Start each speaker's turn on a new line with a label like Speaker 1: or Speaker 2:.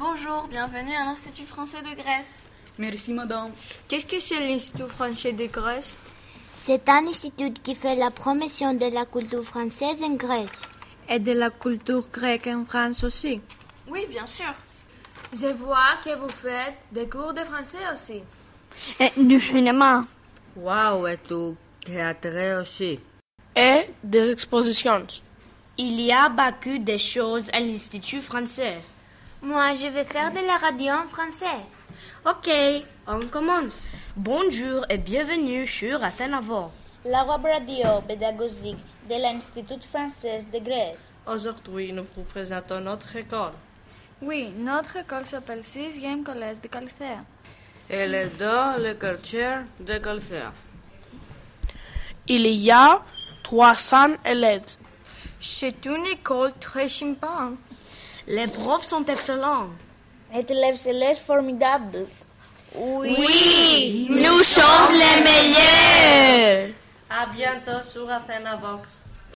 Speaker 1: Bonjour, bienvenue à l'Institut français de Grèce.
Speaker 2: Merci madame.
Speaker 1: Qu'est-ce que c'est l'Institut français de Grèce
Speaker 3: C'est un institut qui fait la promotion de la culture française en Grèce.
Speaker 4: Et de la culture grecque en France aussi.
Speaker 1: Oui, bien sûr.
Speaker 5: Je vois que vous faites des cours de français aussi.
Speaker 6: Et du cinéma.
Speaker 7: Waouh, et tout théâtre aussi.
Speaker 8: Et des expositions.
Speaker 9: Il y a beaucoup de choses à l'Institut français.
Speaker 10: Moi, je vais faire de la radio en français.
Speaker 9: Ok, on commence. Bonjour et bienvenue sur Athénavon.
Speaker 11: La web radio pédagogique de l'Institut français de Grèce.
Speaker 12: Aujourd'hui, nous vous présentons notre école.
Speaker 13: Oui, notre école s'appelle 6e Collège de Calcaire.
Speaker 7: Elle est dans le quartier de Calcaire.
Speaker 8: Il y a 300 élèves.
Speaker 4: C'est une école très sympa.
Speaker 9: Les profs sont excellents.
Speaker 11: Et les élèves formidables.
Speaker 14: Oui, oui nous, nous sommes les meilleurs.
Speaker 12: À bientôt sur Athénavox.